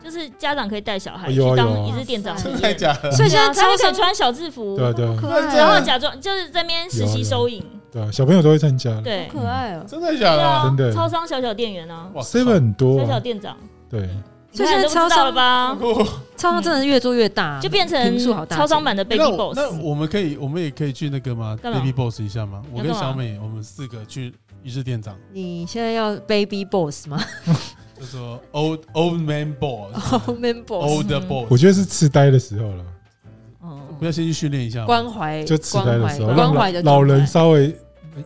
就是家长可以带小孩哦去有啊当有啊一日店长之 [laughs] 真的类的，还假的？所以对现啊在他超们可以商穿小制服，对啊对啊可那这然样后爱哦，假装就是在那边实有啊有习啊收银，对啊，小朋友都会参加。对，可爱哦。真的假对的啊？啊真的，超商小小店员啊，哇靠 seven 很多小小啊，店长，对，所以你看现在都不知超道了商吧？超商真的越做越大，嗯就变成平数好大，超商版的那 Baby 我 Boss，那我们可以，我们也可以去那个吗干嘛？Baby Boss 一下吗？我跟要干嘛小美，我们四个去一日店长，你现在要 baby boss [laughs] 吗就说 Old Old Man Boss、哦？man boss Old Boss，我觉得是痴呆的时候了，哦不要先去训练一下吗关怀，就痴关呆的怀，时候，让关怀的老老状态人稍微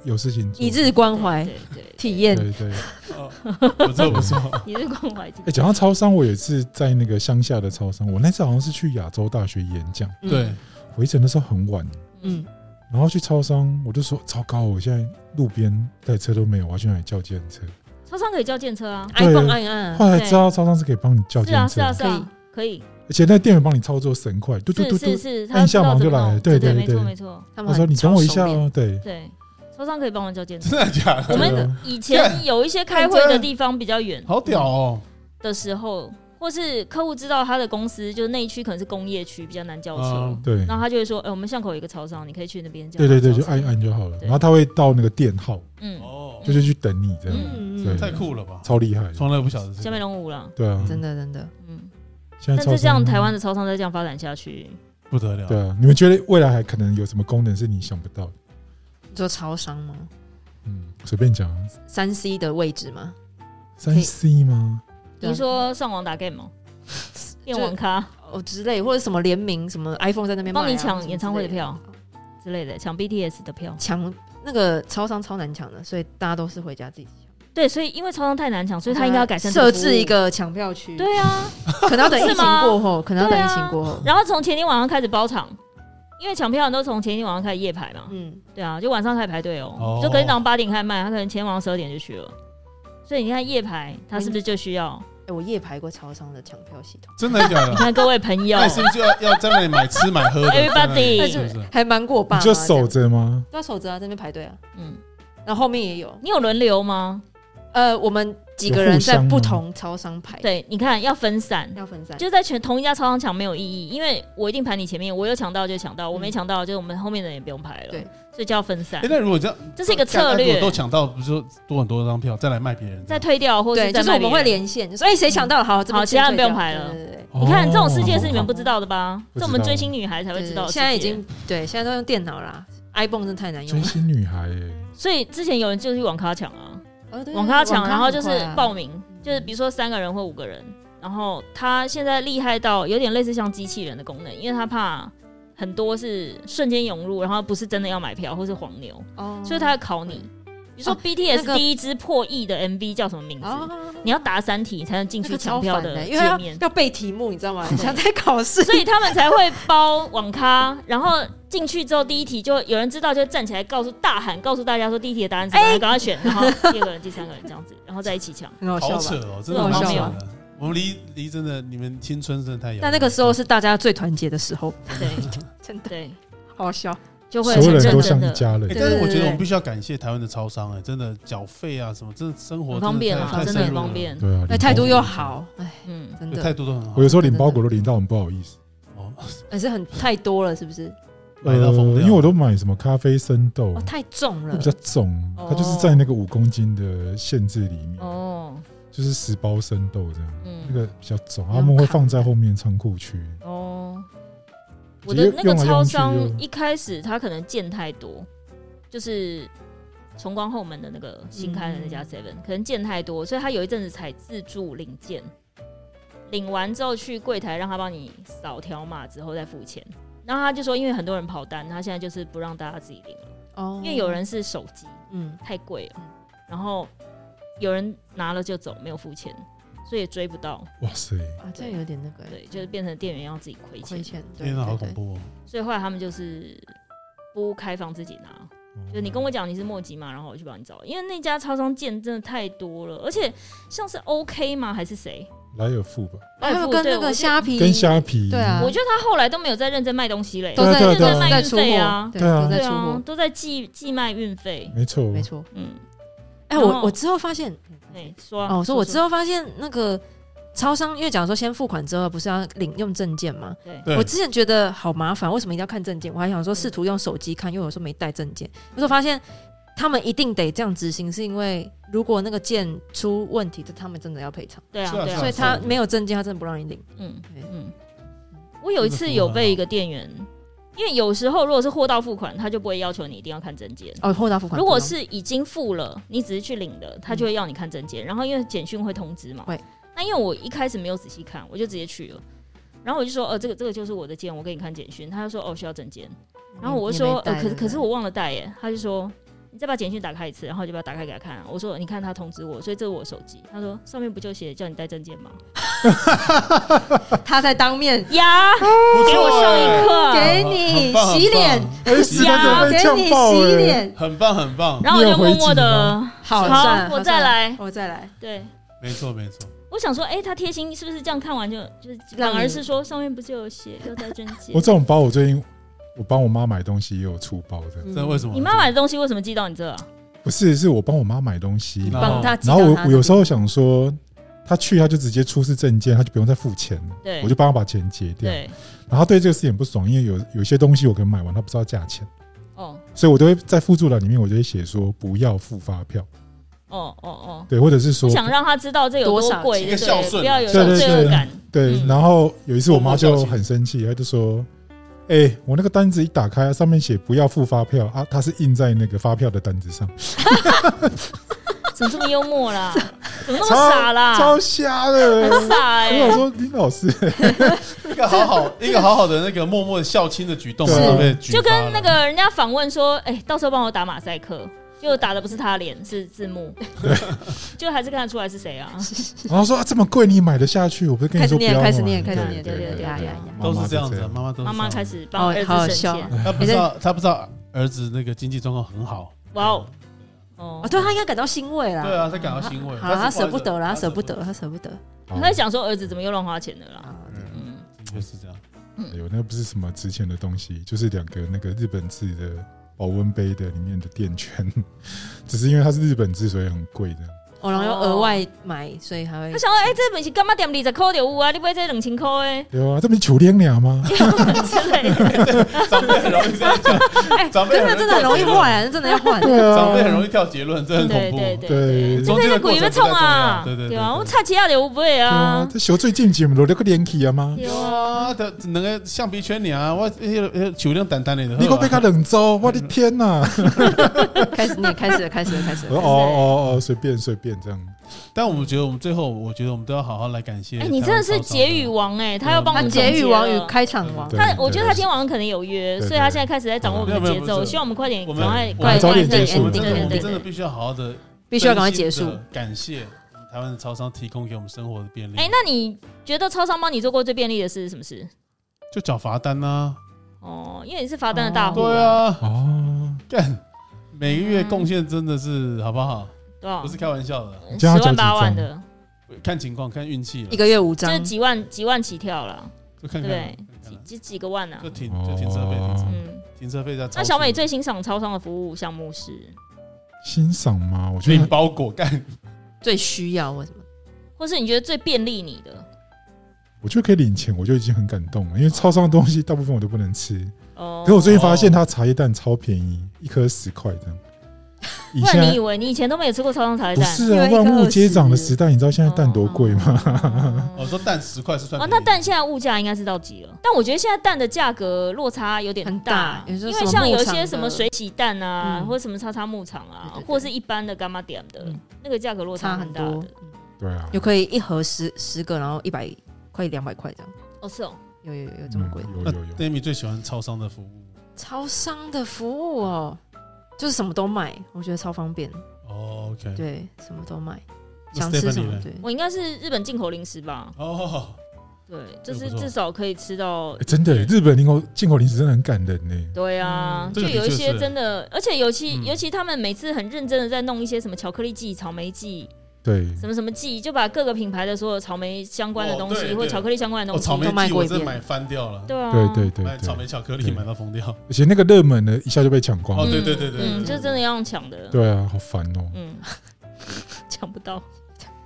有事情做一。日关怀对对对，体验，对对，哦我这不错。也 [laughs] 是关怀哎，讲到超商，我也是在那个乡下的超商，我那次好像是去亚洲大学演讲，嗯对，，回程的时候很晚，嗯，然后去超商，我就说糟糕，我现在路边带车都没有，我要去哪里叫计程车？超商可以叫电车啊，对 iPhone 按一按啊，后来知道超商是可以帮你叫计是啊程是车，啊而是啊，可以，且那店员帮你操作神快，嘟嘟嘟是啊是嘟。是，按他一下知道忙怎就么来弄了对对，对没错对没错，他他们说：“很你等我一超熟下练哦。”对，对，超商可以帮我叫电车真。的假我的？们以前有一些开会的地方比较远好屌哦！的时候，或是客户知道他的公司就是那一区可能是工业区，比较难叫车嗯，对然后他就会说：“哎，我们巷口有一个超商，你可以去那边叫。”对对对，就哎按一，按就好了。对然后他会到那个店号，嗯，哦就，是去等你这样，嗯嗯对太酷了吧！超厉害。从来不晓得下这面个。龙五了，对啊，真的真的，嗯，现但在超是这样商台湾的超商再这样发展下去，不得了。对啊，你们觉得未来还可能有什么功能是你想不到的？你说超商吗？嗯，随便讲啊，三 C 的位置吗？三以 C 吗？对啊你说上网打 game 吗？ [laughs] 电网咖哦之类，或者什么联名，什么 iPhone 在那边卖啊帮你抢演唱会的，什票么之类之类的，抢 BTS 的票。抢那个超商超难抢的，所以大家都是回家自己抢。对，所以因为超商太难抢，所以他应该要改善这设服务置一。个抢票区，对啊，可能要等疫是情吗过后，可能要等对啊疫情过后，然后从前天晚上开始包场，因为抢票人都从前天晚上开始夜排嘛。嗯，对啊，就晚上开始排队哦、哦就隔天早上八点开始卖，他可能前天晚上十二点就去了。所以你看夜排，他是不是就需要？哎，我夜排过超商的抢票系统，真的假的你？看各位朋友那，你是不是就要要在那里买吃买喝的 Everybody 在那里对是不是？还瞒过我啊爸你妈，就守着吗？要守着啊，这边排队啊，嗯，然后后面也有，你有轮流吗？呃，我们几个人在有互相吗不同超商排，，对，你看要分散，要分散，就在全同一家超商抢没有意义，因为我一定排你前面，我有抢到就抢到，我没嗯抢到就我们后面的人也不用排了，对，所以就要分散哎，，那如果这样，这是一个策干那如略果，都抢到，不是说多很多张票再来卖别人？再退掉或者对，就是我们会。连线，就说哎谁抢到了好，这边好其他人不用先退排掉了对对对。你看这种世界是你们哦不知道的吧？不知道这我们追星女孩才会知道的对世界。现在已经对，现在都用电脑啦，iPhone 真的太难用追了。星女孩耶，所以之前有人就去网咖抢啊，哦对网咖抢，然后就是很快啊报名，就是比如说三个人或五个人，然后他现在厉害到有点类似像机器人的功能，因为他怕很多是瞬间涌入，然后不是真的要买票或是黄牛，哦所以他会考你。比如说哦那 BTS 个第一支破亿的 MV 叫什么名字？哦，你要答三题才能进那去个抢超票烦的的，因为界要面，要背题目，你知 [laughs] 道吗？你像在考 [laughs] 试，所以他们才会包网咖，然后进去之后第一题就有人知道，就站起来告诉大喊告诉大家说第一题的答案是什么，赶快选，然后第二个人、第三个人这样子，然后再一起抢。很好好扯笑吧？哦，真的很好好扯笑吧的。我们离离真的你们青春真的太遥远。但那个时候是大家最团结的时候，对真的对，好笑。 [laughs] 就会所有很人认都像真一的。家人哎，对。但是我对觉得对我们必须要感谢台湾的超商，哎，真的缴费啊什么，真的生活很方便真的太啊，太真的深很入了方，便。对啊，那态度又好，哎，嗯，真对的，态度都很好我。有时候领包裹都领到很不好意思，哦，还是很太多了，是不是？买到疯掉呃因为我都买什么咖啡生豆啊哦，，太重它了比，较重，它就是在那个五公斤的限制里面，哦，就是十包生豆这样，那嗯，个比较重，他们会放在后面仓库区。哦，我直接的那个用来超用去商又一开始它可能件太多，就是崇光后门的那个新开的那嗯家 Seven，、可能件太多，所以他有一阵子才自助领件，领完之后去柜台让他帮你扫条码之后再付钱。然后他就说，因为很多人跑单，他现在就是不让大家自己领了，嗯哦因为有，人是手机嗯，太贵了嗯，然后有人拿了就走，没有付钱，所以也追不到，哇塞，啊，这样有点那个，对，就是变成店员要自己亏亏钱。欠，对天哪，好对恐对怖哦！所以后来他们就是不开放自己拿，就是你跟哦我讲你是莫吉嘛，然后我去帮你找，因为那家超商件真的太多了，而且像是 OK 吗还是谁，莱尔富吧，还有哦跟那个虾皮，跟虾皮对啊我觉得他后来都没有再认真卖东西嘞，都在对啊认对啊真都卖在运出费啊货，，对，对啊都在对出货啊，，都在寄寄卖运费，没错，没错。嗯，哎，然我后我之后发现，哎，说啊哦，我说我之，后发现那个超商，因为讲说先付款之后不是要领用证件吗？对，对我之前觉得好麻烦，为什么一定要看证件？我还想说试图用手机看，因为我说没带证件，可是我发现他们一定得这样执行，是因为如果那个件出问题，这他们真的要赔偿，对啊，是啊对是啊啊所以，他没有证件，他真的不让你领。嗯对嗯，我有一次有被一个店员，因为有时候如果是货到付款，他就不会要求你一定要看证件。哦，货到付款不用。嗯如果是已经付了，你只是去领的，他就会要你看证件，然后因为简讯会通知嘛会。那因为我一开始没有仔细看，我就直接去了，然后我就说，呃，这个这个就是我的件，我给你看简讯。他就说，哦，需要证件。嗯然哦后我就说，呃，可是可是我忘了带耶。他就说，你再把简讯打开一次，然后我就把它打开给他看。啊我说，哎你看他通知我，所以这是我手机。他说，上面不就写叫你带证件吗？他在当 [laughs] 面呀，哦不给我错上欸一课。给你很棒洗脸，很哎，时间怎么被给你呛爆洗了？脸，很棒很棒，然后我就默默的，好，好算了我好再算了来我再来。对没错没错，我想说，哎，他贴心是不是这样看完就就是，让反你而是说上面不就有写要带证件我？这种包，我最近我帮我妈买东西也有出包的，嗯这为什么？你妈买的东西为什么寄到你这啊？不是，是我帮我妈买东西，然帮他寄然到后他那我边？我有时候想说，她去她就直接出示证件，她就不用再付钱了，对，我就帮她把钱结掉。对，然后她对这个事情不爽，因为有有一些东西我可能买完她不知道价钱，哦所以我都会在附注栏里面我就会写说不要付发票，哦哦哦，对，或者是说不想让他知道这有多少贵，钱对一个不对孝顺不要有对啊对罪对恶感。对，嗯然后有一次我妈多就么小心很生气，她就说：“哎、我那个单子一打开，上面写不要付发票啊，它是印在那个发票的单子上，怎么这么幽 [laughs] 默啦？怎么那么傻啊啦？超瞎 [laughs] 的。很傻我想哎！说，林老师，一个好好一个好好的那个默默孝亲的举动，是对，就跟那个人家访问说，哎，到时候帮我打马赛克，就打的不是他脸，是字幕， [laughs] 就还是看得出来是谁啊？然后说、啊、这么贵，你买得下去？我不是跟你开始说不念，要开始吗念，开对始对念，对对对呀呀呀！都是这妈妈样就这子，啊样啊妈妈都是妈妈这样开始帮哦好好儿子省笑钱，她不知道她不知道儿子那个经济状况很好，哇哦，哦哦，，对他应该感到欣慰啦。对啊，她感到欣慰，好啦，他但是舍不得啦，他好意思舍不得，，他舍不得。好他在想说儿子怎么又乱花钱了啦？啊哦嗯，嗯，就是这样，哎呦，那不是什么值钱的东西，就是两个那个日本制的保温杯的里面的垫圈， [laughs] 只是因为它是日本制，所以很贵的。哦，然后要额外买，所以还会他想说，哎，这本是干嘛点二十块就有啊？你不会这两千块哎对啊，这不是九零两吗？啊 [laughs] 之类的？长辈很容易这样哎讲，长辈真的真的很容易坏。坏啊，真的要换。对啊，长辈很容易跳结论，这很恐对怖。对对对这边的鬼要冲啊，对对对对啊，我们差几下就不会对啊啊，，这小最近节目都那个连起啊吗？对啊，哇，的那个橡皮圈尔啊，我迄个酒量淡淡的就好啊。你可被他冷招，我的天呐、 [laughs] 开始念，开始了，开始了，开始嗯我说了。哦哦哦，随便随便这样。但我们觉得，我们最后，我觉得我们都要好好来感谢。哎，你真的是结语，王哎，他要帮我他嗯们结语王与开。开场王，对他我觉得他对今天晚上可能有约，对所以他现在开始在掌握我们没有的节没有奏，不是希望我们快点我赶们快我们快早点快结束我们真对的，对我对们真的对。必须要好好的，必须要赶快结束。。感谢台湾的超商提供给我们生活的便利。哎，那你觉得超商帮你做过最便利的事是什么事？就缴罚单啊，哦，因为你是罚单的大户，对，啊，哦，干，每个月贡献真的是好不好？对啊不，是开玩笑的，你十这样万八万交几的，看情况，看运气了一，个月五就张是，几万几万起跳啦，就看看对看看几啦，几几个万啊嗯就，停就停车费，停车费嗯。停车费在。那小美最欣赏超商的服务项目是欣赏吗？我觉领得包裹干，最需要或什么？或是你觉得最便利你的我觉得可以领钱，我就已经很感动了，因为超商的东西大部分我都不能吃。哦。可是我最近发现它茶叶蛋超便宜，一颗十块这样。以不前然你以为你以前都没有吃过超商茶叶不蛋？是啊，因为一万颗物皆涨的20时代，你知道现在蛋多贵吗？哦吗我说蛋十块是算哦，便宜那蛋现在物价应该是到几了？但我觉得现在蛋的价格落差有点很大有时因候为什么像有一牧场些的什么水洗蛋啊，嗯或什么叉叉牧场啊对对，对或是一般的干妈点的嗯，那个价格落差很很大的多。， [laughs] 对啊，有可以一盒十十个，然后一百块两百块这样，哦，是哦，有有有有嗯这么贵？有那有有， Demi 最喜欢超商的服务超商的服务哦，就是什么都买，我觉得超方便。哦，OK。对，什么都买，那想吃什 Stephanie 么呢对。我应该是日本进口零食吧？哦，对，就是这不错至少可以吃到诶。真的，日本零口进口零食真的很感人呢。对啊，嗯这就个有一的确些是真的，而且尤其嗯尤其他们每次很认真的在弄一些什么巧克力季、草莓季，对，什么什么季，就把各个品牌的所有草莓相关的哦东西对或对巧克力相关的哦，东草西，莓都卖季过我一真遍买翻掉了，对啊，对对对买哎草对，莓巧克力买到疯掉。而且那个热门的一下就被抢光哦，了，对嗯对对对嗯，对就真的要用抢的，对啊，好烦哦，嗯， [laughs] 抢不到。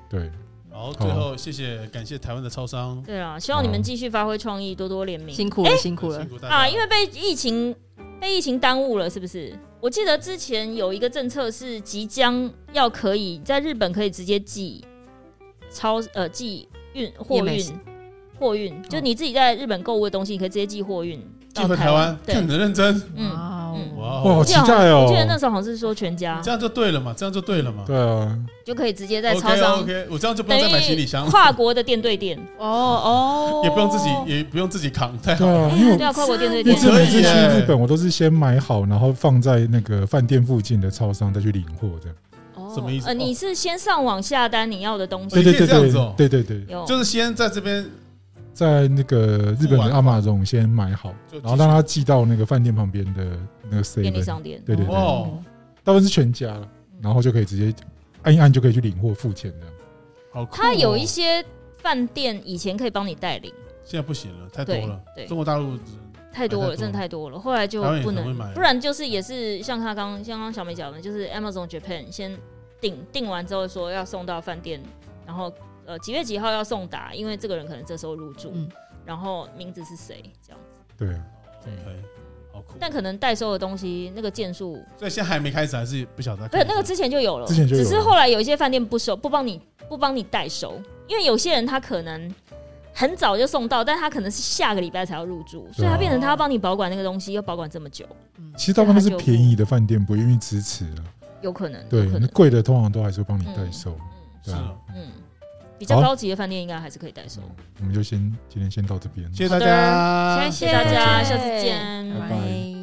对，然后最后谢谢感谢台湾的超商，对啊，希望你们继续发挥创意，多多联名辛苦了，辛苦了辛。苦大家啊！因为被疫情被疫情耽误了，是不是？我记得之前有一个政策是即将要可以在日本可以直接寄超呃寄运货也没事运货运，就你自己在日本购物的东西，你可以直接寄货运寄到回台湾，看你对，的认真，嗯，哇嗯哦，哇哇，好哦，期待哦，我记得那时候好像是说全家这样就对了嘛，这样就对了嘛。对啊，就可以直接在 OK 超商 OK，我这样就不等用再买行李于箱了，跨国的店对店，哦哦，也不用自己，也不用自己扛，太好对了。啊，因为对啊，跨国店对我店一，直每次可以去耶日本，我都是先买好，然后放在那个饭店附近的超商再去领货，这样。哦什么意思呃，你是先上网下单你要的东对西，对对这样子哦对对对对，有就是先在这边在那个日本的阿玛总先买好就，然后让他寄到那个饭店旁边的那个便利 seven，商店，对对对，哇大哦部分是全家了，然后就可以直接按一按就可以去领货付钱这样。好酷哦。它有一些饭店以前可以帮你代领，现在不行了，太多对了。对中，国大陆只太太多多了，了真的太多了。后来就台湾也不很会买能啊，不然就是也是像他刚像刚小美讲的，就是 Amazon Japan 先订订完之后说要送到饭店，然后呃几月几号要送达，因为这个人可能这时候入住，嗯然后名字是谁这样子，对啊，对 OK，好酷。但可能代收的东西那个件数，所以现在还没开始，还是不晓得要不开是始。那个之前就有了，之前就有只了是后来有一些饭店不收，不帮你不帮你代收，因为有些人他可能很早就送到，但他可能是下个礼拜才要入住，啊所以他变成他要帮你保管那个东西，要保管这么久，其实大部分都是便宜的饭店不愿意支持了，有可能，对有，可那能，贵的通常都还是会帮你代收。嗯对是啊了，嗯，比较好高级的饭店应该还是可以代收。我们就先今天先到这边，谢谢大好啊家，谢嗯谢谢大家，谢谢下次见，嗯拜拜拜。